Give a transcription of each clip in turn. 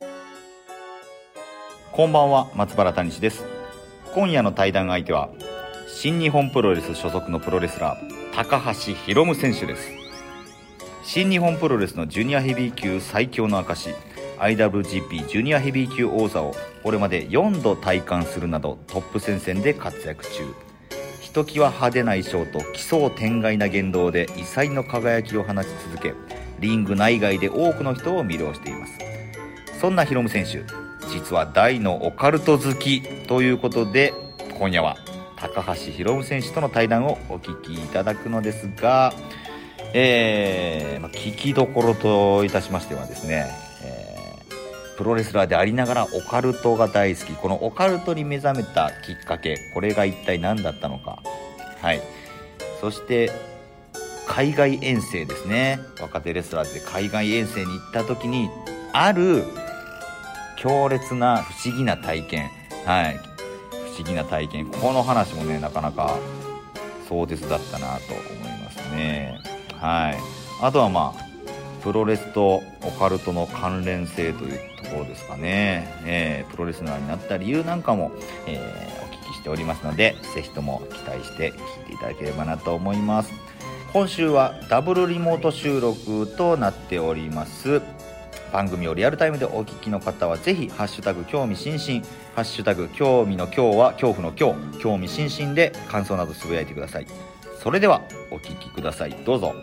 うこんばんは松原谷志です今夜の対談相手は新日本プロレス所属のプロレスラー高橋宏夢選手です新日本プロレスのジュニアヘビー級最強の証 IWGP ジュニアヘビー級王座をこれまで4度体感するなどトップ戦線で活躍中ひときわ派手な衣装と奇想天外な言動で異彩の輝きを放ち続けリング内外で多くの人を魅了していますそんなヒロム選手、実は大のオカルト好きということで、今夜は高橋ヒロム選手との対談をお聞きいただくのですが、えーまあ、聞きどころといたしましてはですね、えープロレスラーでありながらオカルトが大好き、このオカルトに目覚めたきっかけ、これが一体何だったのか、はい。そして、海外遠征ですね。若手レスラーで海外遠征に行った時に、ある強烈な不思議な体験はい不思議な体験この話もねなかなか壮絶だったなと思いますねはいあとはまあプロレスとオカルトの関連性というところですかね、えープロレスラーになった理由なんかも、えーお聞きしておりますのでぜひとも期待して聞いていただければなと思います今週はダブルリモート収録となっております番組をリアルタイムでお聞きの方はぜひハッシュタグ興味津々」「ハッシュタグ興味の今日は恐怖の今日」「興味津々」で感想などつぶやいてくださいそれではお聞きくださいどうぞ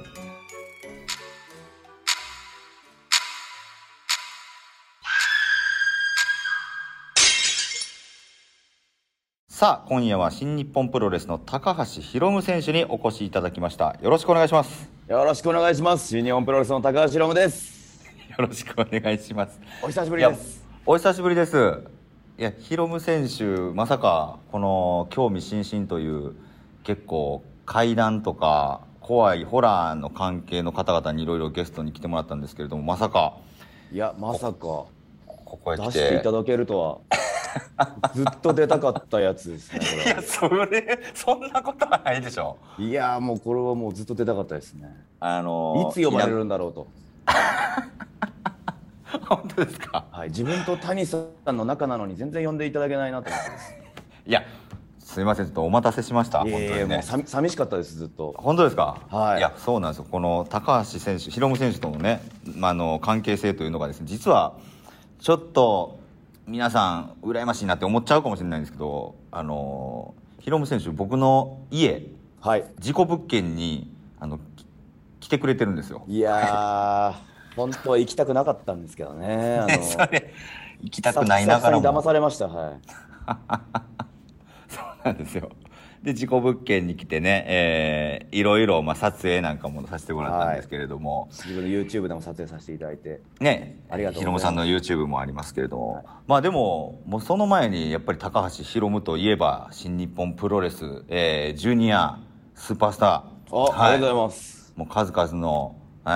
さあ今夜は新日本プロレスの高橋宏夢選手にお越しいただきましたよろしくお願いしますよろしくお願いします。新日本プロレスの高橋ロムです。よろしくお願いしますお久しぶいりやです。お久しぶりですいやヒロム選手まさかこの「興味津々」という結構怪談とか怖いホラーの関係の方々にいろいろゲストに来てもらったんですけれどもまさかいや、まさかここへ出来してていただけると は。ずっと出たかったやつですね。いやそれそんなことはないでしょこれいや、もうこれはもうずっと出たかったですね。あのいつ呼ばいれるんだろうと。や本当ですかはい、自分と谷さんの仲なのに全然呼んでいただけないなと思ってます。いやすいませんちょっとお待たせしました本当にええ、もねうさみ寂しかったです、ずっと。本当ですか、はいやそうなんですよこの高橋選手、ヒロム選手とのね、まあ、あの関係性というのがですね実はちょっと皆さん羨ましいなって思っちゃうかもしれないんですけどあのヒロム選手僕の家はい。事故物件にあのき来てくれてるんですよいやー、本当は行きたくなかったんですけどね。あ の。それ行きたくないながらスタッフさんにも騙されました。はい。そうなんですよで事故物件に来てね、えーいろいろ、まあ、撮影なんかもさせてもらったんですけれども、自分の YouTube でも撮影させていただいて。ね、ありがとうございますヒロムさんの YouTube もありますけれども、まあでも、もうその前にやっぱり高橋ヒロムといえば、新日本プロレス、えージュニア、スーパースター、あ、はいありがとうございます。もう数々の、え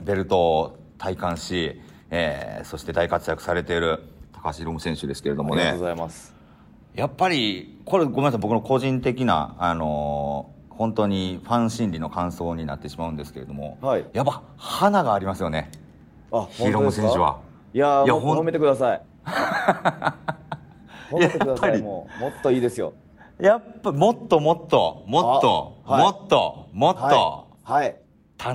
ーベルトを体感し、えーそして大活躍されている高橋ヒロム選手ですけれどもありがとねうご、ざいます。やっぱり、これごめんなさい、僕の個人的な、あのー本当にファン心理の感想になってしまうんですけれども、はいやっぱ花がありますよね。あ、ヒロム選手は。いやいやー、もほうん褒めてく ださい。褒めてくださやっぱい。りもうもっといいですよ。やっぱもっともっともっと、あはいもっともっとはい。はい。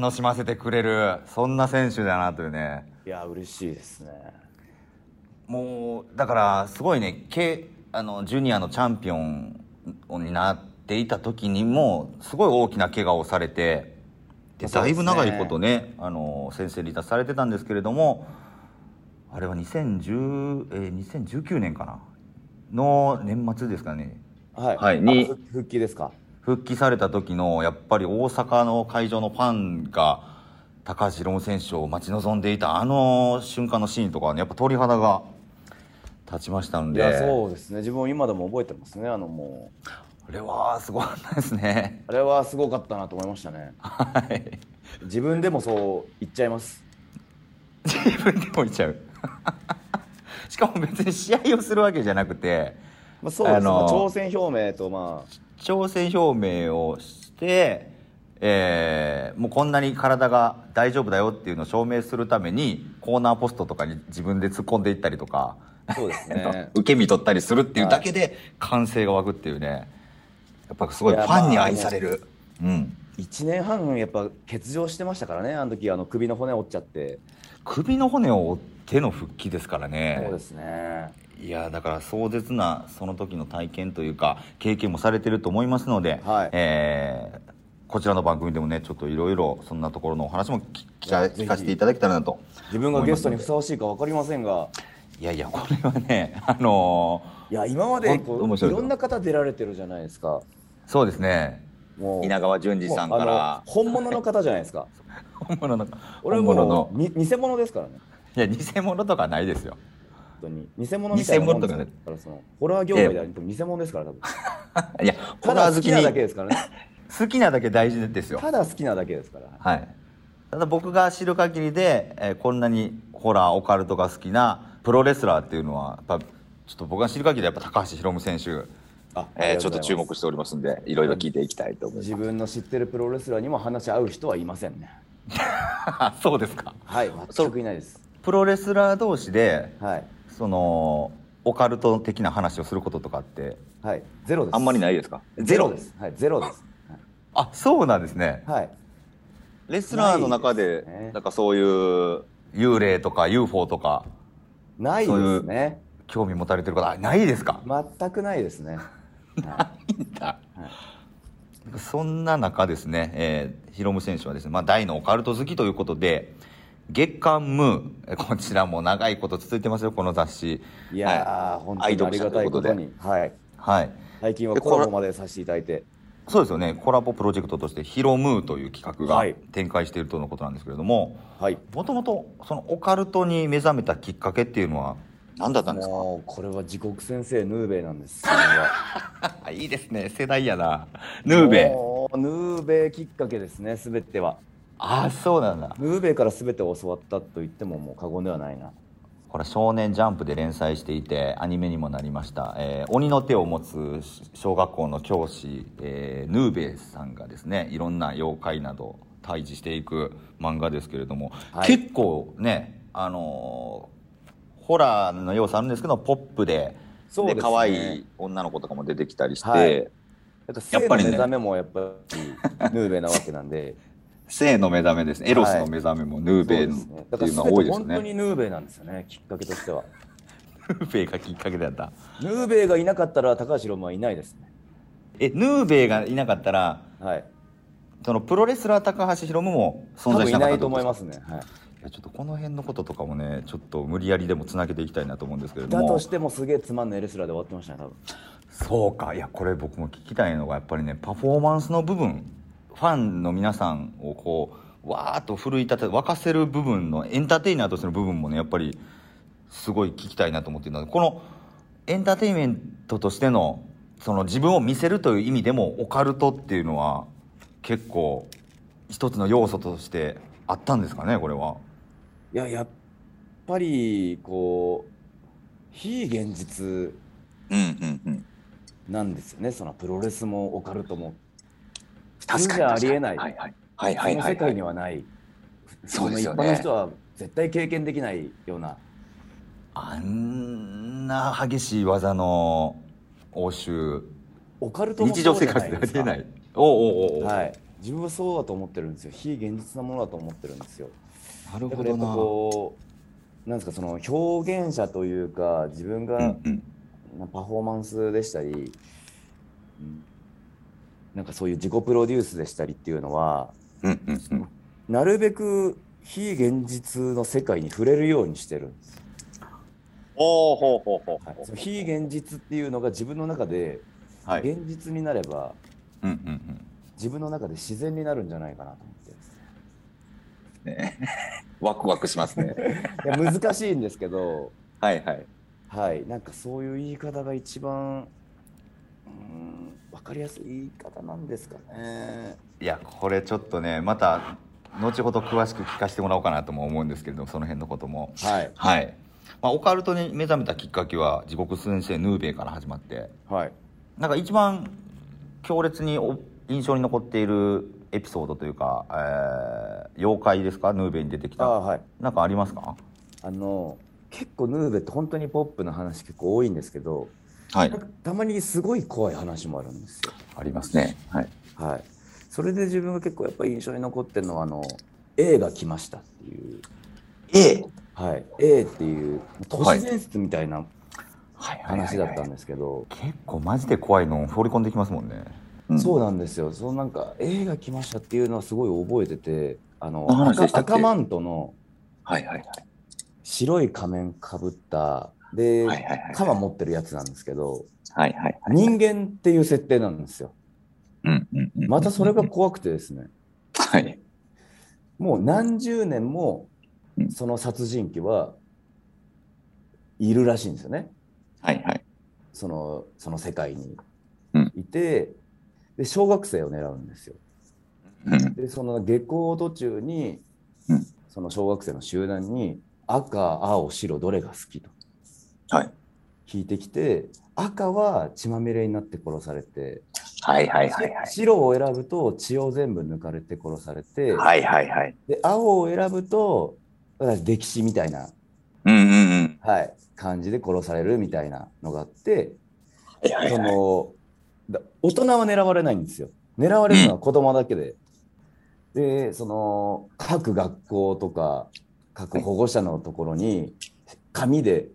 楽しませてくれるそんな選手だなというねいやー、嬉しいですね。もうだからすごいね、K、あのジュニアのチャンピオンになっていた時にもすごい大きな怪我をされてでそだうでいすぶね長いことねあの先生離脱されてたんですけれどもあれは2010、えー2019年かなの年末ですかねはい。はいあに復復帰ですか。復帰された時のやっぱり大阪の会場のファンが高橋宏夢選手を待ち望んでいたあの瞬間のシーンとかはねやっぱ鳥肌が立ちましたんいでや、そうですね。自分今でも覚えてますね。あの、もう。これはすごかったですねあれはすごかったなと思いましたね。はい自分でもそう言っちゃいます。自分でもいちゃう しかも別に試合をするわけじゃなくてまあ、そうですね。あのーまあ挑戦表明と、まあ、挑戦表明をして、えーもうこんなに体が大丈夫だよっていうのを証明するためにコーナーポストとかに自分で突っ込んでいったりとか、そうで すね。受け身取ったりするっていうだけで歓声が湧くっていうねやっぱすごいいフやァンに愛される、うん、 1年半、やっぱ欠場してましたからね、あの時あの首の骨折っちゃって、首の骨を折っての復帰ですからねそうですね、いやだから壮絶なその時の体験というか経験もされてると思いますので、はいえーこちらの番組でもねちょっといろいろそんなところのお話も聞聞かいやぜひ聞かせていただけたらなと自分がゲストにふさわしいか分かりませんが、いやいやこれはねあのいや、今までほんこと面う白いいとろんな方出られてるじゃないですか、ーそうですねもう、稲川淳二さんかもうあらの本物の方じゃないで すか、本物の俺は本物ものう、に偽物ですからね、いや偽物とかないですよ本当に、偽物みたいなもん偽物とですかねから、そのフォロワー業界であると偽物ですから、多分いやた ホラだー好好ききなにだけですから ね、好きなだけ大事ですよただ好きなだけですから、はい、ただ僕が知る限りで、えーこんなにホラーオカルトが好きなプロレスラーっていうのはやっぱちょっと僕が知る限りでやっぱ高橋宏夢選手、あえーちょっと注目しておりますんでいろいろ聞いていきたいと思います自分の知ってるプロレスラーにも話し合う人はいませんね、 そうですかはい、全くいないです。プロレスラー同士ではいそのオカルト的な話をすることとかってはい、ゼロです。あんまりい。ないですかゼロです。はい、ゼロです。あそうなんですねはい。レスラーの中でないですねなんかそういう幽霊とか UFO とかないですね。興味持たれてる方あないですか全くないで すね。いいんだそんな中ですね、えー、ヒロム選手はですね、まあ、大のオカルト好きということで、月刊ムーえー、こちらも長いこと続いてますよ、この雑誌。いやー、はい本当にありがたいこと。愛読者に。はい。はい。最近はでこコれラボまでさせていただいて。そうですよね、コラボプロジェクトとして、ヒロムーという企画はがい展開しているとのことなんですけれども、はい。もともと、そのオカルトに目覚めたきっかけっていうのは、何だったんですかもう、これは地獄先生ヌーベイなんです。これはいいですね、世代やな。 ヌーベ。もうヌーベイきっかけですね、すべては。ああ、そうなんだ。ヌーベイからすべてを教わったと言っても、もう過言ではないな。これ「少年ジャンプ」で連載していてアニメにもなりました、えー鬼の手を持つ小学校の教師、えーヌーベイさんがですねいろんな妖怪など対峙していく漫画ですけれども、はい結構ねあのーホラーの要素あるんですけどポップでそうですね可愛い女の子とかも出てきたりして、はいやっぱ、やっ性ぱのり目ね覚めもやっぱりヌーベイなわけなんで。性の目覚めですねエロスの目覚めも ヌーベイのそうですねっだてかいらうのは多いです本当ね。にヌーベイなんですよね、きっかけとしては。 ヌーベイがきっかけだったヌーベイがいなかったら高橋ロマはいないですね。えヌーベイがいなかったらはい。そのプロレスラー高橋宏夢も多存在分しいなかなったいと思いますすね。はいい、やちょっとこの辺のこととかもねちょっと無理やりでもつなげていきたいなと思うんですけれどだもとしてもすげえつまんないレスラーで終わってましたね、多分。そうかいやこれ僕も聞きたいのがやっぱりねパフォーマンスの部分ファンの皆さんをこうわーっと奮い立て沸かせる部分のエンターテイナーとしての部分もねやっぱりすごい聞きたいなと思っているのでこのエンターテインメントとしてのその自分を見せるという意味でもオカルトっていうのは結構一つの要素としてあったんですかねこれは。いや、やっぱり、こう、非現実うんうんうんなんですよね、そのプロレスもオカルトも。普通じゃありえない。はこいはいはいはいのはいは世界いにはない。そうですよねその一般の人は絶対経験できないような。あんな激しい技の応酬オカルトも日常そう生じゃな活いではでありえなすかいおうおうおうおうはい、自分はそうだと思ってるんですよ非現実なものだと思ってるんですよなるだほからやどっぱなこうなんですかその表現者というか自分がうんうんパフォーマンスでしたり、うんなんかそういう自己プロデュースでしたりっていうのはうんうんうんなるべく非現実の世界に触れるようにしてるんです、おおほうほうほうはいほう、その非現実っていうのが自分の中ではい現実になれば、うんうんうん自分の中で自然になるんじゃないかなと思ってねワクワクしますねいや難しいんですけど はいはいはい、なんかそういう言い方が一番、うーん、わかりやすい言い方なんですかね。いやこれちょっとねまた後ほど詳しく聞かせてもらおうかなとも思うんですけれどもその辺のこともはい、はい、まあ、オカルトに目覚めたきっかけは地獄先生ヌーベイから始まってはい、なんか一番強烈にお印象に残っているエピソードというか、えー妖怪ですかヌーベイに出てきああ、たはい。なんかありますかあの、結構ヌーベって本当にポップな話結構多いんですけど、はいなんかたまにすごい怖い話もあるんですよ。ありますねはいはい。それで自分が結構やっぱり印象に残ってるのは、あの、A が来ましたっていう、 A はい、A っていう都市伝説みたいなはいはいはい話だったはいんですけど、結構マジで怖いの放り込んできますもんね、そううなんですよ。そのなんか映画来ましたっていうのはすごい覚えてて、あの何の話でしたっけ赤赤マントのはいはいはい白い仮面かぶったで、はいはいはい鎌持ってるやつなんですけど、はいはい人間っていう設定なんですよ。うんうんうんまたそれが怖くてですね、はいもう何十年もうんその殺人鬼はいるらしいんですよね。はいはいそのその世界にうんいて、で小学生を狙うんですよ。うんでその下校途中に、うんその小学生の集団に赤青白どれが好きとはい聞いてきて赤は血まみれになって殺されて、はいはいはいはい白を選ぶと血を全部抜かれて殺されて、はいはいはい。で青を選ぶと歴史みたいな、うんうんうん。はい、感じで殺されるみたいなのがあってはいはいそはい。のだ大人は狙われないんですよ狙われるのは子供だけで、でその各学校とか各保護者のところに紙で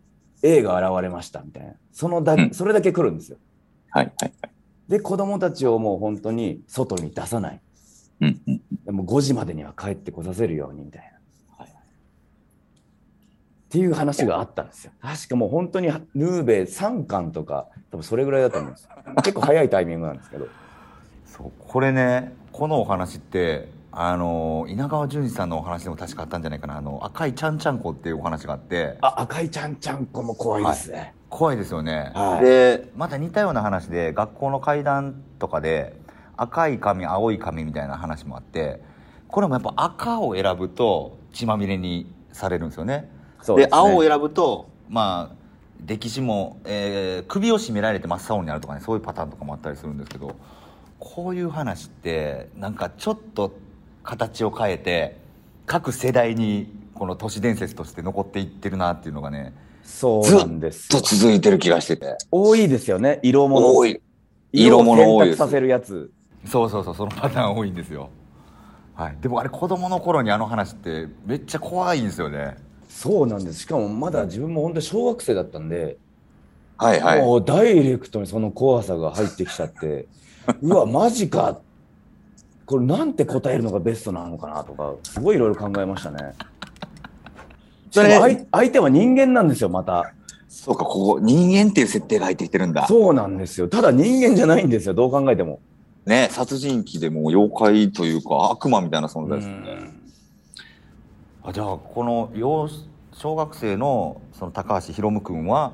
A が現れましたみたいなそのだ、うんそれだけ来るんですよはいはい。で子供たちをもう本当に外に出さないうんうん。でも5時までには帰ってこさせるようにみたいはな、いっていう話があったんですよ確かもう本当にヌーベ3巻とか多分それぐらいだと思うんで すよ結構早いタイミングなんですけどそう、これね、このお話って、あの、稲川淳二さんのお話でも確かあったんじゃないかな。あの、赤いちゃんちゃんこっていうお話があって、あ、赤いちゃんちゃんこも怖いですね。怖いですよね。はいで、また似たような話で、学校の階段とかで、赤い髪、青い髪みたいな話もあって、これもやっぱ赤を選ぶと血まみれにされるんですよね。そうでですね青を選ぶとまあ歴史も、えー首を絞められて真っ青になるとかねそういうパターンとかもあったりするんですけどこういう話ってなんかちょっと形を変えて各世代にこの都市伝説として残っていってるなっていうのがねそうなんですよ。続いてる気がしてて多いですよね、色物。多い色色物を多い選で択すさせるやつ。そうそうそうそのパターン多いんですよ、はい、でもあれ子供の頃にあの話ってめっちゃ怖いんですよねそうなんです。しかもまだ自分も本当に小学生だったんで、はいもうダイレクトにその怖さが入ってきち ゃって、うわ、マジか。これなんて答えるのがベストなのかなとか、すごいいろいろ考えましたね。しそかれも相相手は人間なんですよ、また。そうかここ人間っていう設定が入ってきてるんだそうなんですよ。ただ人間じゃないんですよ、どう考えても。ね、殺人鬼でもう妖怪というか悪魔みたいな存在ですよね。あじゃあこの幼小学生のその高橋ひろむくんは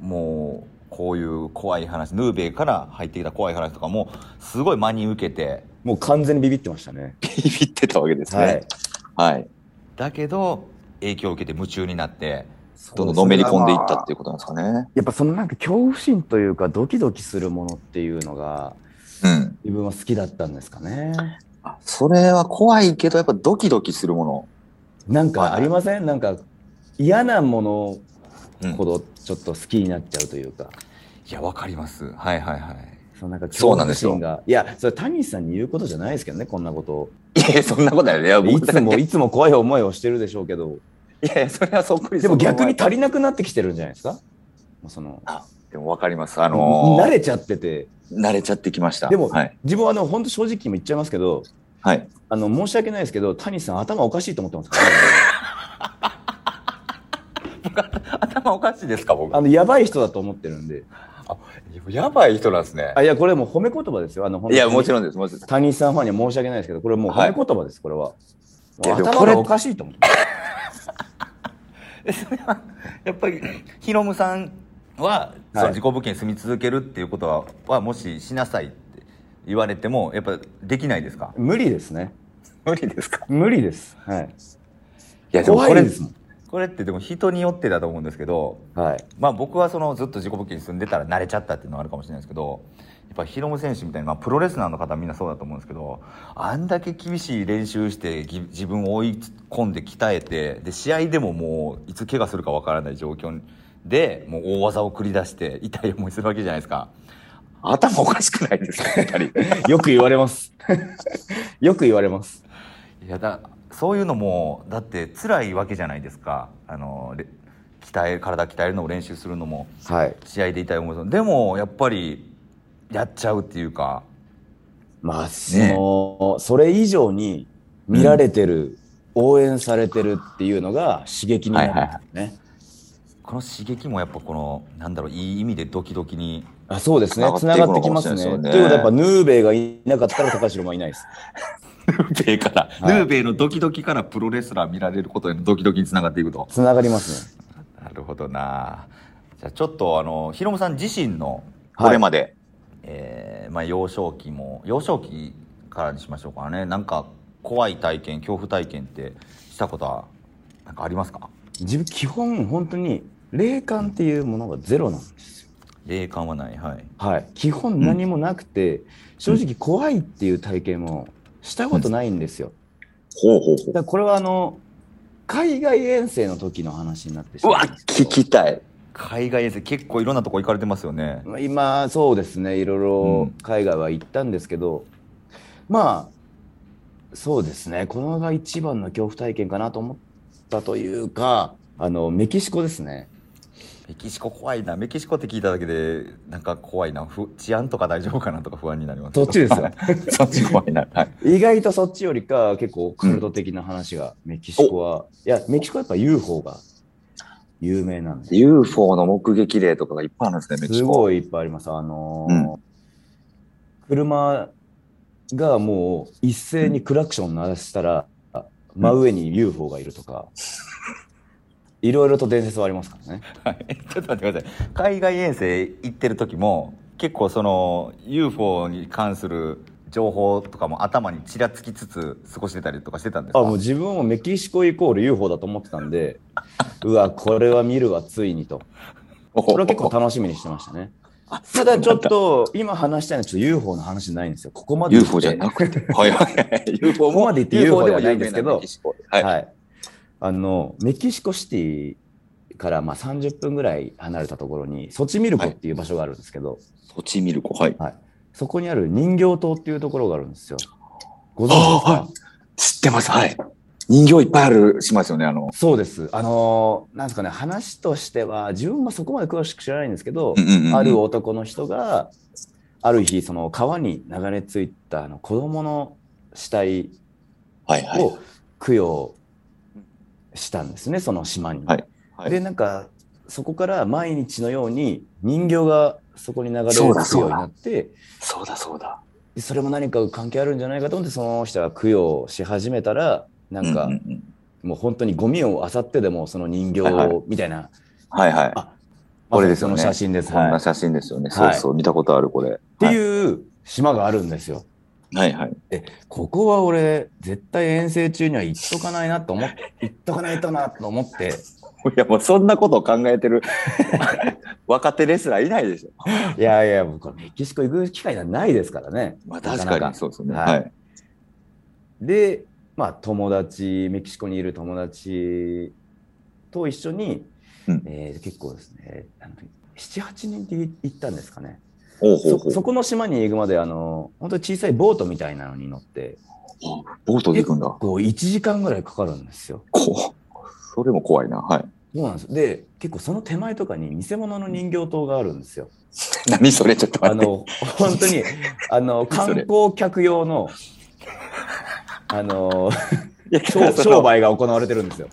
もうこういう怖い話ヌーベイから入ってきた怖い話とかもすごい真に受けてもう完全にビビってましたね。ビビってたわけではい。。はいだけど影響を受けて夢中になってどんどんそうのめですねり込んでいったっていうことなんですかね。やっぱそのなんか恐怖心というかドキドキするものっていうのがうん、自分は好きだったんですかね。あそれは怖いけどやっぱドキドキするもの。なんかありませんなんか嫌なもうのんほどちょっと好きになっちゃうというか、いやわかります。はいはいはい。そのなんかそ恐うなん怖ですよ心が。いや、それ谷さんに言うことじゃないですけどね、こんなことを。いやいやそんなことないよ。いやい僕つも、いつも怖い思いをしてるでしょうけど、いやいや、それはそっくりでも逆にた足りなくなってきてるんじゃないですかもうその、でも分かります。あのー慣れちゃってて。慣れちゃってきました。でもはい。自分はあの、本当正直にも言っちゃいますけど、はい。あの申し訳ないですけど、谷さん、頭おかしいと思ってますから、 ね、頭おかしいですか、僕。あのやばい人だと思ってるんで、やばい人なんですねあ。いや、これもう褒め言葉ですよ、あのいや、もちん。ろんです。もちろんです谷さんファンには申し訳ないですけど、これもう褒め言葉です、これは。いやでも頭これがおかしいと思ってますえそれはやっぱりヒロムさんは、いその自己物件に住み続けるっていうことははもししなさいって言われてもやっぱできないですか無理ですね。無理ですか無理です。はい。いや怖いですもん。これってでも人によってだと思うんですけどはい。まあ僕はそのずっと自己物件に住んでたら慣れちゃったっていうのはあるかもしれないですけどやっぱヒロム選手みたいな、まあ、プロレスラーの方はみんなそうだと思うんですけどあんだけ厳しい練習してぎ自分を追い込んで鍛えてで試合でももういつ怪我するかわからない状況でもう大技を繰り出して痛い思いするわけじゃないですか頭おかしくないですかやっぱり よく言われます。よく言われます。いやだそういうのもだって辛いわけじゃないですかあのれ鍛え体鍛えるのを練習するのも。はい。試合で痛い思いをするでもやっぱりやっちゃうっていうかまあ、その、それ以上に見られてる、応援されてるっていうのが刺激になるんですよね。この刺激もやっぱこのなんだろういい意味でドキドキにあそうですね。つ繋がながっってていくきのかもしれますないですね。よねということはやっぱヌーベイがいなかったら高城もいないです。ヌーベイ から、はいヌーベイのドキドキからプロレスラー見られることへのドキドキにつながっていくとつながりますね。なるほどなじゃあちょっとあのヒロムさん自身のはいこれまで、えーまあ、幼少期も幼少期からにしましょうかねなんか怖い体験恐怖体験ってしたことはなんかありますか自分基本本当に霊感っていうものがゼロなんです。霊感はないはいはい。基本何もなくて、正直怖いっていう体験もしたことないんですよ。ほうほうほだからこれはあの、海外遠征の時の話になってしまうんですけどたい海外遠征結構いろんなとこ行かれてますよねまあ今そうですねいろいろ海外は行ったんですけど、まあそうですねこのが一番の恐怖体験かなと思ったというかあのメキシコですねメキシコ怖いなメキシコって聞いただけでなんか怖いなふ治安とか大丈夫かなとか不安になりますそっ ちですよそっち怖いなはい 意外とそっちよりか結構オカルト的な話が、メキシコはいやメキシコはやっぱ UFO が有名なんで UFO の目撃例とかがいっぱいあるんですね、メキすシコ。ごいいっぱいありますあのー車がもう一斉にクラクション鳴らしたら、真上に UFO がいると か、いろいろと伝説はありますからね。はいちょっと待ってください海外遠征行ってる時も結構その UFO に関する情報とかも頭にちらつきつつ過ごしてたりとかしてたんですかあもう自分もメキシコイコール UFO だと思ってたん で、うわ、これは見るわ、ついにと。これは結構楽しみにしてましたね。 ただちょっと、今話したいのはちょっと UFO の話じゃないんですよ。ここまで言って。 UFO じゃなくて。はいはい。UFO ここまで言って UFO ではないんですけ有名どメキ、シコはい。はい、あのメキシコシティからまあ30分ぐらい離れたところにソチミルコっていう場所があるんですけど、ソチミルコ、はい。そこにある人形島っていうところがあるんですよ。ご存知ですあか、あは知ってます、はい。人形いっぱいある、しますよね、あの。そうです。あのーなんですかね話としては自分はそこまで詳しく知らないんですけど、うんうんうんある男の人がある日その川に流れ着いたあの子供の死体はいはい。を供養したんですね、その島に。はいはいでなんかそこから毎日のように人形がそこに流れるよそううにだそうだなってそうだそうだ。でそれも何か関係あるんじゃないかと思ってその人が供養し始めたらなんかうううんもう本当にゴミを漁ってでもその人形はいはをみたいなはいはい。あこれですよねまさにその写真です、こんはないっ写真ですよね。そはういそう、見たことある、これ。てう。いう島があるんですよ。はいはい。ここは俺絶対遠征中には行っとかないなと思って行っとかないとなと思っていや、もうそんなことを考えてる若手レスラーいないでしょ。いやいや僕はメキシコ行く機会がないですからね。まあな確なかに、そうですね。はいはい。で、まあ、友達メキシコにいる友達と一緒に、うんえー結構ですねあの78人で行ったんですかねおうほうそほうそこの島に行くまであの本当に小さいボートみたいなのに乗ってボートで行くんだ。こう1時間ぐらいかかるんですよこそれも怖いな。はい。 そうなんですで結構その手前とかに偽物の人形島があるんですよ何それちょっとあ待って。の本当にあの何 そ観れ光客用のあのいや 商その商売が行われてるんですよ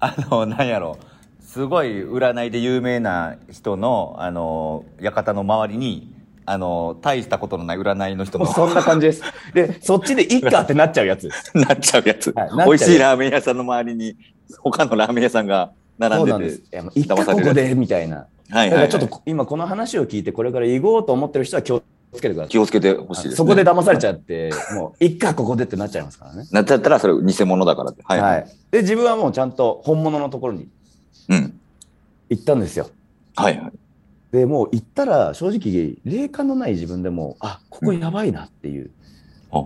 あの、なんやろすごい占いで有名な人の、あの、館の周りに、あの、大したことのない占いの人もうの、そんな感じです。で、そっちでいっかってなっちゃうやつです。 なっちゃうやつ。はいなっちゃうやつ美味しいラーメン屋さんの周りに、他のラーメン屋さんが並そうなんんででてす。いやもう一回ここでみたいな。はいだかはい、はらい。ちょっと今この話を聞いてこれから行こうと思ってる人は気をつけてください気。をつけてほしいです、ね。そこで騙されちゃって、もう、いっか、ここでってなっちゃいますからね。なっちゃったらそれ偽物だからって。はい。はい。で、自分はもうちゃんと本物のところにうん。行ったんですよ。はいはい。で、もう行ったら、正直、霊感のない自分でも、あ、ここやばいなっていう、あ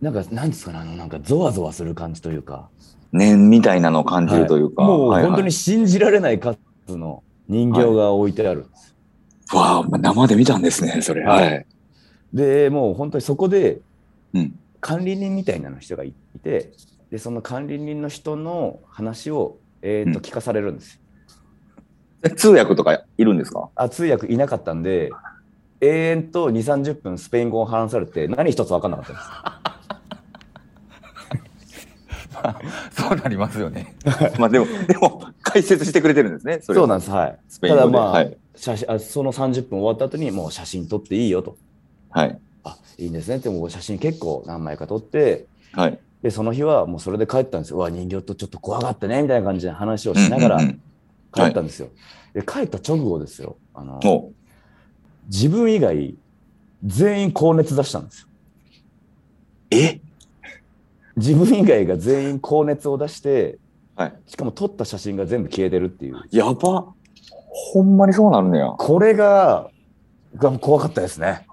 なんか、なんですかね、あの、なんか、ゾワゾワする感じというか、念みたいなのを感じるというか。もうはいはい本当に信じられない数の人形が置いてある。わあ、生で見たんですね、それ。ははいい。で、もう本当にそこで、うん。管理人みたいな人がいて、で、その管理人の人の話を、えっと、うん聞かされるんですよえ通訳とかいるんですかあ通訳いなかったんで、永遠と2、30分スペイン語を話されて、何一つ分かんなかったです。そうなりますよね。 まあでも、でも、解説してくれてるんですね、それそをうなんです、はい。スペイン語たで。だまあはい。写真あその30分終わった後に、もう写真撮っていいよと。はい。あいいんですねって、もう写真結構何枚か撮って、はい。で、その日はもうそれで帰ったんですよ。うわ、人形とちょっと怖がってね、みたいな感じで話をしながらうんうん帰ったんですよ。で、帰った直後ですよ。あのうん、も自分以外、全員高熱出したんですよ。う、え自分以外が全員高熱を出して、はいしかも撮った写真が全部消えてるっていう。やば。ほんまにそうなるねや。これが、が怖かったですね。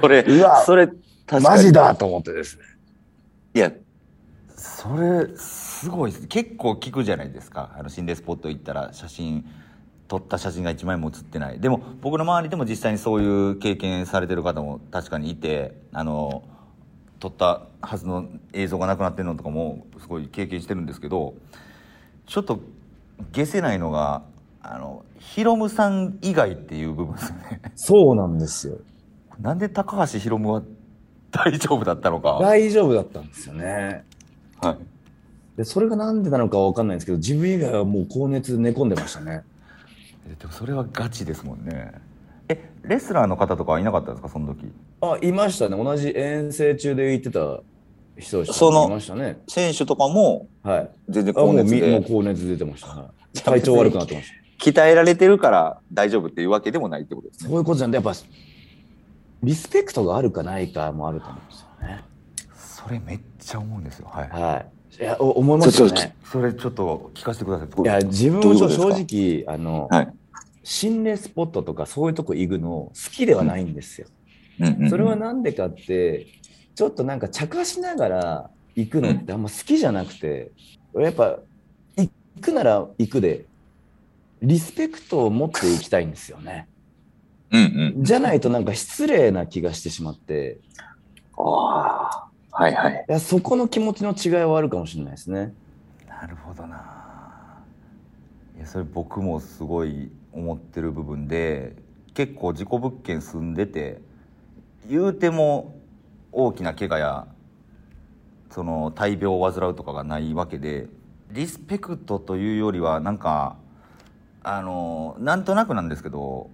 それ、うわそれ、確かに。マジだと思ってですね。いや、それすごいです結構聞くじゃないですかあの心霊スポット行ったら写真撮った写真が1枚も写ってないでも僕の周りでも実際にそういう経験されてる方も確かにいてあの撮ったはずの映像がなくなってるのとかもすごい経験してるんですけどちょっと消せないのがあのヒロムさん以外っていう部分ですよねそうなんですよ。なんで高橋ヒロムは大丈夫だったのか、はい、大丈夫だったんですよね。で、それがなんでなのかわかんないんですけど、自分以外はもう高熱で寝込んでましたね。えでもそれはガチですもんねえレスラーの方とかはいなかったんですかその時あ、いましたね。同じ遠征中で行ってた人でしたねそのいましたね。選手とかもはい。全然あも高う熱みもうで、高熱出てました、 はい体調悪くなってまし鍛えられてるから大丈夫っていうわけでもないってことですた。ね。そういうことじゃん。やっぱ、リスペクトがあるかないかもあると思うんですよね。それめっちゃ思うんですよはい、はい。いや、お思いますよちょちょね。それちょっと聞かせてくださいいや、自分どうもいうこ正とですか直、あの、はい心霊スポットとかそういうとこ行くの好きではないんですよ。うんうんそれはなんでかって、ちょっとなんか茶化しながら行くのってあんま好きじゃなくて、俺やっぱ、行くなら行くで、リスペクトを持って行きたいんですよね。うんうん。じゃないとなんか失礼な気がしてしまって、ああ。はいはい。いやそこの気持ちの違いはあるかもしれないですね。なるほどないやそれ僕もすごい思ってる部分で結構事故物件住んでて言うても大きな怪我やその大病を患うとかがないわけでリスペクトというよりはなんかあのなんとなくなんですけど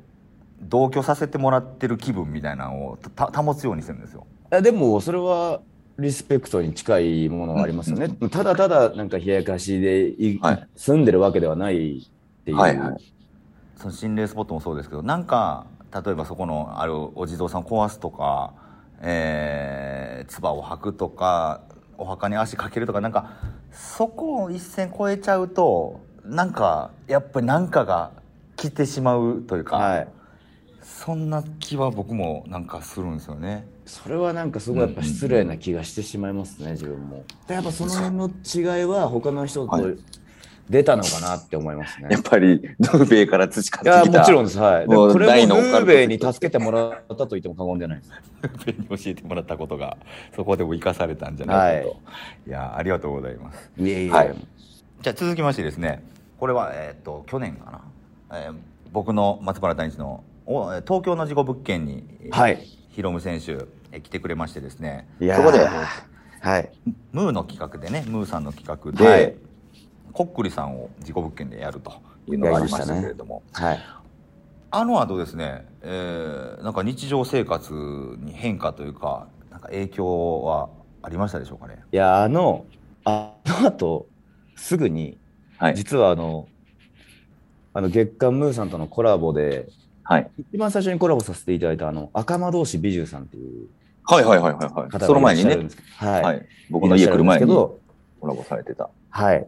同居させてもらってる気分みたいなのをた保つようにしてるんですよ。あでもそれはリスペクトに近いものはありますよね。ただただなんか冷やかしでい、はい住んでるわけではないっていう。はいはいその心霊スポットもそうですけどなんか例えばそこのあるお地蔵さんを壊すとか、えー、唾を吐くとかお墓に足かけるとかなんかそこを一線越えちゃうとなんかやっぱり何かが来てしまうというか、はいそんな気は僕もなんかするんですよね。それはなんかすごいやっぱ失礼な気がしてしまいますね、自分も。でやっぱその辺の違いは他の人とはい出たのかなって思いますね。やっぱり、ヌーベイから培っていやきた。もちろんです。はい。でもうこれも大のルオカルトーベイに助けてもらったと言っても過言ではないです。先に教えてもらったことがそこでも生かされたんじゃないかと、い、やありがとうございます。いえいえ。はいじゃあ続きましてですねこれは、えー、と去年かな、えー僕の松原谷一のおえー東京の事故物件に、えーはいヒロム選手、えー来てくれましてですねいやーそこではい。ムーの企画でねムーさんの企画で、はいこっくりさんを事故物件でやるというのがありましたけれども、はい。あの後ですね、えーなんか日常生活に変化というかなんか影響はありましたでしょうかねいや、あの、ああの後、すぐに、はい実はあの、あの月刊ムーさんとのコラボで、はい一番最初にコラボさせていただいたあの赤間同士美獣さんっていうはいはいはいはいはい。方その前にいらっしゃるね、んですけどはい、はい。僕の家来る前いらっしゃんですけにコど、ラボされてた。はい、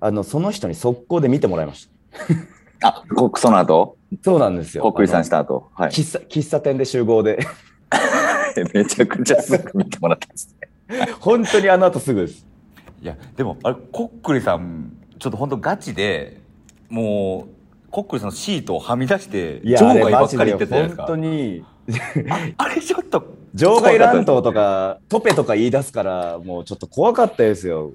あのその人に速攻で見てもらいました。あ、こその後、そうなんですよ。こっくりさんしあた後。はのい。喫茶喫茶店で集合で、 めちゃくちゃすぐ見てもらったんですね。本当にあの後すぐです。いやでもあれこっくりさんちょっと本当ガチでもうこっくりさんのシートをはみ出していや、場あれ外ばマっジかり言でってたじゃないです本か当に、 あれちょっと場外乱闘とか、トペとか言い出すから、もうちょっと怖かったですよ。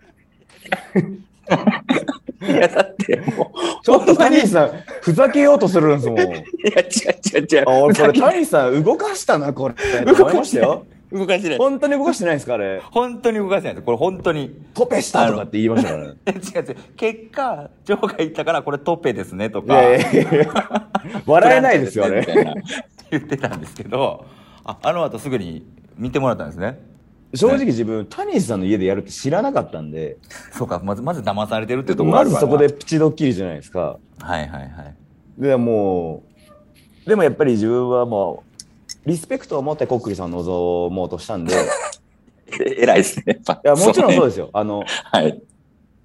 いや、だってもちょっと谷口さん、ふざけようとするんですもん。う、いや、違う違う違う。あ、俺、これ、谷口さん、動かしたな、これ。動かしたよ。動かしない。本当に動かしてないですか、あれ。本当に動かせないですこれ本当に トペしたとかって言いましたからね。いや違う違う結果場外行ったからこれトペですねといかやいやいや、笑えないですよ、あれ。れ。言ってたんですけどああの後すぐに見てもらったんですね正直自分、谷口さんの家でやるって知らなかったんで、そうかまずまず騙されてるってところがあまるずからそこでプチドッキリじゃないですか。はいはいはいでもうでもやっぱり自分はもうリスペクトを持ってコックリさんを望もうとしたんでい えらいですね。やっぱ やもちろんそううねですよあのはい。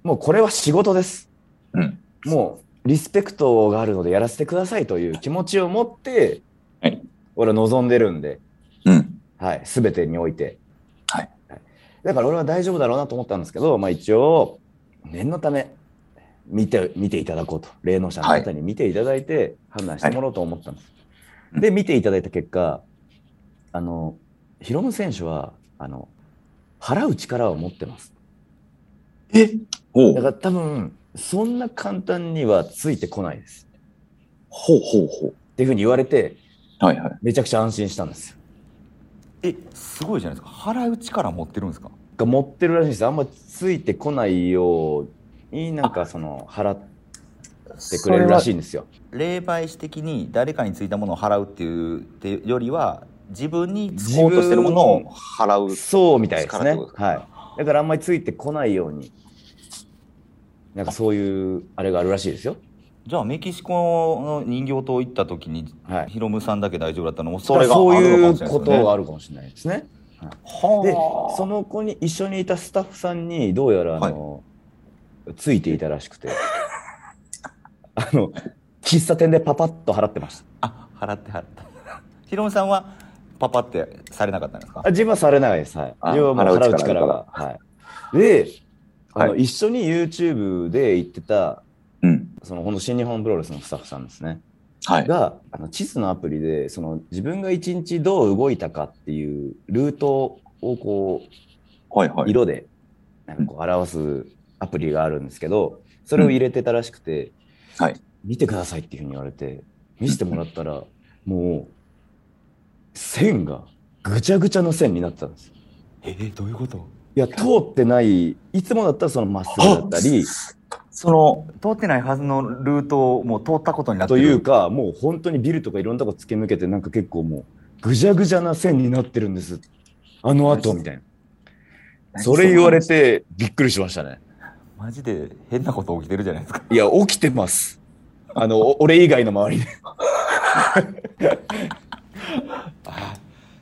もうこれは仕事ですうん。もうリスペクトがあるのでやらせてくださいという気持ちを持って、はい俺は望んでるんで、うん。はい、全てにおいて、はいだから俺は大丈夫だろうなと思ったんですけど、まあ、一応念のため見て見ていただこうと霊能者の方に見ていただいて判断してもらおうと思ったんです、はいで見ていただいた結果あのヒロム選手はあの払う力を持ってますえほだかう。ら多分そんな簡単にはついてこないですほうほうほう。っていうふうに言われてはいはい。めちゃくちゃ安心したんですよえすごいじゃないですか払う力持ってるんですかが持ってるらしいんですよあんまついてこないようになんかその払ってくれるらしいんですよ霊媒師的に誰かについたものを払うっていうってよりは自分に自つ分こうとしてるものを払う。そうみたいです力っね。てことですかはい。だからあんまりついてこないように、なんかそういうあれがあるらしいですよ。じゃあメキシコの人形島行った時に、はいヒロムさんだけ大丈夫だったのもだそかれらがあそうるいのうかこもしれとがないあるかもしれないですね。で、はその子に一緒にいたスタッフさんにどうやらあの、ついていたらしくて、 あの喫茶店でパパッと払ってました。ああ払って払 ったヒロムさんはパパってされなかったんですかあ自分はされないです。はい。あ自分はもう払う払う力力がが。はい。で、あのは一緒に YouTube で行ってた、うん。そのほんと新日本プロレスのスタッフさんですね。はい。があの地図のアプリでその自分が一日どう動いたかっていうルートをこはいはうい。色でなんかこう表すアプリがあるんですけどそれを入れてたらしくて、うんはい見てくださいっていうふうに言われて見せてもらったらもう線がぐちゃぐちゃの線になってたんですよ。えー、どういうこといや通ってないいつもだったらそのまっすぐだったりその、通ってないはずのルートをもう通ったことになってとるいうかもう本当にビルとかいろんなとこ突き抜けてなんか結構もうぐじゃぐじゃな線になってるんですあの後みたいなそれ言われてびっくりしましたねマジで変なこと起きてるじゃないですかいや起きてますあのお俺以外の周りであ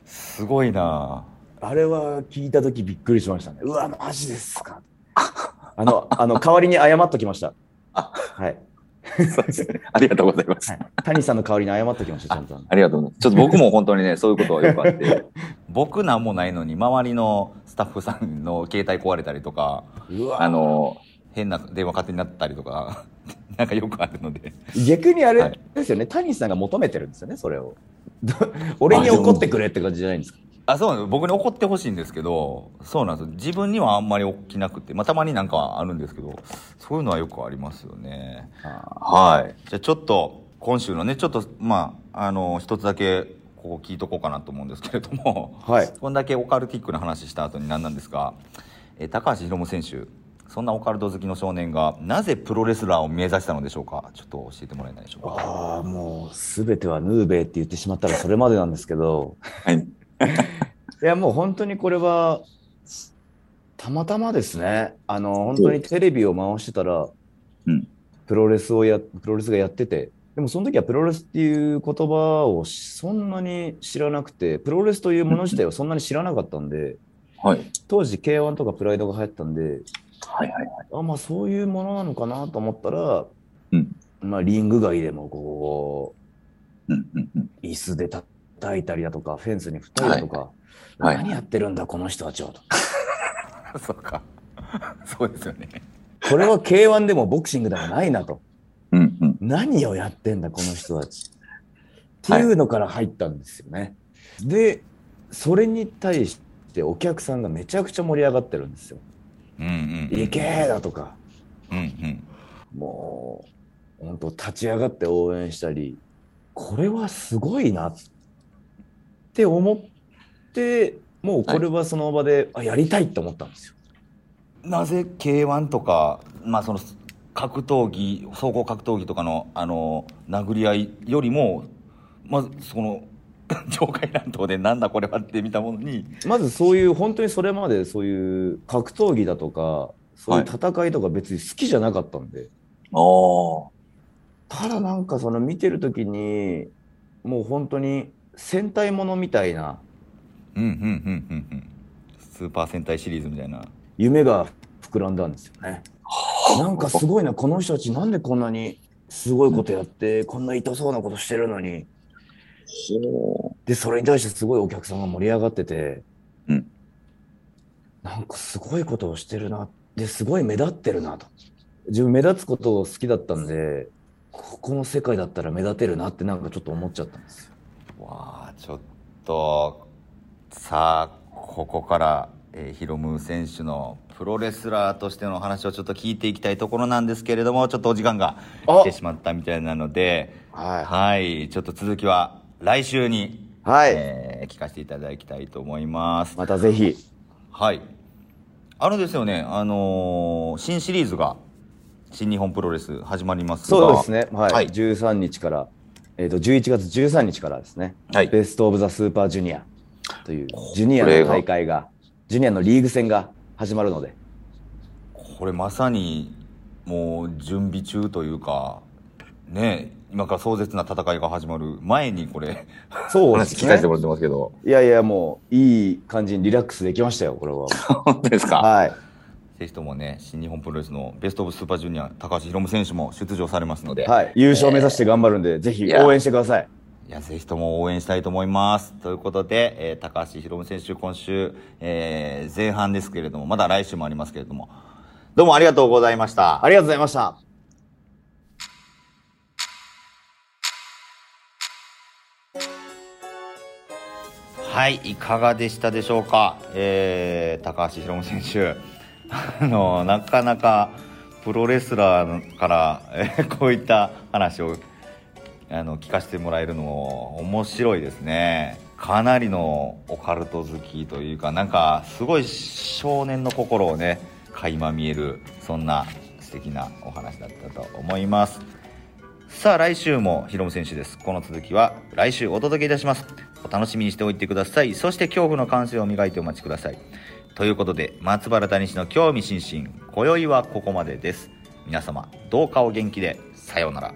すごいなあれは聞いた時びっくりしましたねうわマジですかあのあの代わりに謝っときましたはい、そうですね。 ありがとうございます。はい、谷さんの代わりに謝っときましたちゃんとありがとうございます。ちょっと僕も本当にね、そういうことはよくあって。 僕なんもないのに周りのスタッフさんの携帯壊れたりとかうわあの、変な電話勝手になったりとか なんかよくあるので逆にあはれいですよね、谷さんが求めてるんですよね、それを。ど俺に怒ってくれって感じじゃないんですか。あそうなんです僕に怒ってほしいんですけどそうなんです自分にはあんまり起きなくて、まあ、たまになんかあるんですけどそういうのはよくありますよねはいじゃあちょっと今週のねちょっとまああの一つだけここ聞いとこうかなと思うんですけれども はいこんだけオカルティックな話した後に何なんですが、えー高橋宏夢選手そんなオカルト好きの少年がなぜプロレスラーを目指したのでしょうかちょっと教えてもらえないでしょうかああ、もう、すべてはヌーベイって言ってしまったらそれまで なんですけど、はい。いや、もう本当にこれは、たまたまですね、あの、本当にテレビを回してたら、うんプロレスをや、プロレスがやってて、でもその時はプロレスっていう言葉をそんなに知らなくて、プロレスというもの自体をそんなに知らなかったんで、はい。当時 K1 とかプライドが流行ったんで、はいはい。あ、まあそういうものなのかなと思ったら、うんまあリング外でもこうんうんうん。う、椅子で叩いたりだとか、フェンスに振ったりだとか、はいはい何やってるんだこの人たちはと。 そうか。 そうですよね。これは K1 でもボクシングでもないなと。うんうん。何をやってんだこの人たちってはいいうのから入ったんですよね。でそれに対してお客さんがめちゃくちゃ盛り上がってるんですよ。うんうん。いけーだとかうんうん。もう本当立ち上がって応援したりこれはすごいなって思ってもうこれはその場で、あやりたいって思ったんですよ。なぜ K1 とか、まあ、その格闘技総合格闘技とかのあの殴り合いよりもまずその 上海乱闘でなんだこれはって見たものにまずそういう本当にそれまでそういう格闘技だとかそういう戦いとか別に好きじゃなかったんで。ああ。ただなんかその見てる時にもう本当に戦隊ものみたいなうんうんうんうんうんスーパー戦隊シリーズみたいな夢が膨らんだんですよね。なんかすごいなこの人たちなんでこんなにすごいことやってこんな痛そうなことしてるのにほでそれに対してすごいお客さんが盛り上がってて、うんなんかすごいことをしてるなですごい目立ってるなと自分目立つことを好きだったんでここの世界だったら目立てるなってなんかちょっと思っちゃったんですわよ。あちょっとさあここから、えーヒロム選手のプロレスラーとしてのお話をちょっと聞いていきたいところなんですけれどもちょっとお時間が来てしまったみたいなのでははい、ちょっと続きは来週に、い、はいえー聞かせていただきたいと思います。またぜひはい。あのですよね、あのー新シリーズが、新日本プロレス始まりますがそうです。ね、はい、はい13日から、えー、と11月13日からですね、はいベスト・オブ・ザ・スーパージュニアという、ジュニアの大会が、ジュニアのリーグ戦が始まるので、これまさに、もう準備中というか、ね、今から壮絶な戦いが始まる前にこれ、そうで話す聞かせてね。もらってますけど。いやいや、もういい感じにリラックスできましたよ、これは。 本当ですかはい、ぜひともね、新日本プロレスのベストオブスーパージュニア、高橋宏夢選手も出場されますので、はい、優勝目指して頑張るんで、ぜひいや応援してください。いや、ぜひとも応援したいと思います。ということで、えー高橋宏夢選手、今週、えー前半ですけれども、まだ来週もありますけれども、どうもありがとうございました。ありがとうございました。はい、いかがでしたでしょうか、えー高橋宏夢選手。あの、なかなかプロレスラーから、えーこういった話をあの聞かせてもらえるのも面白いですね。かなりのオカルト好きというか、なんかすごい少年の心をね、垣間見える、そんな素敵なお話だったと思います。さあ来週もヒロム選手ですこの続きは来週お届けいたしますお楽しみにしておいてくださいそして恐怖の感性を磨いてお待ちくださいということで松原谷氏の興味津々今宵はここまでです皆様どうかお元気でさようなら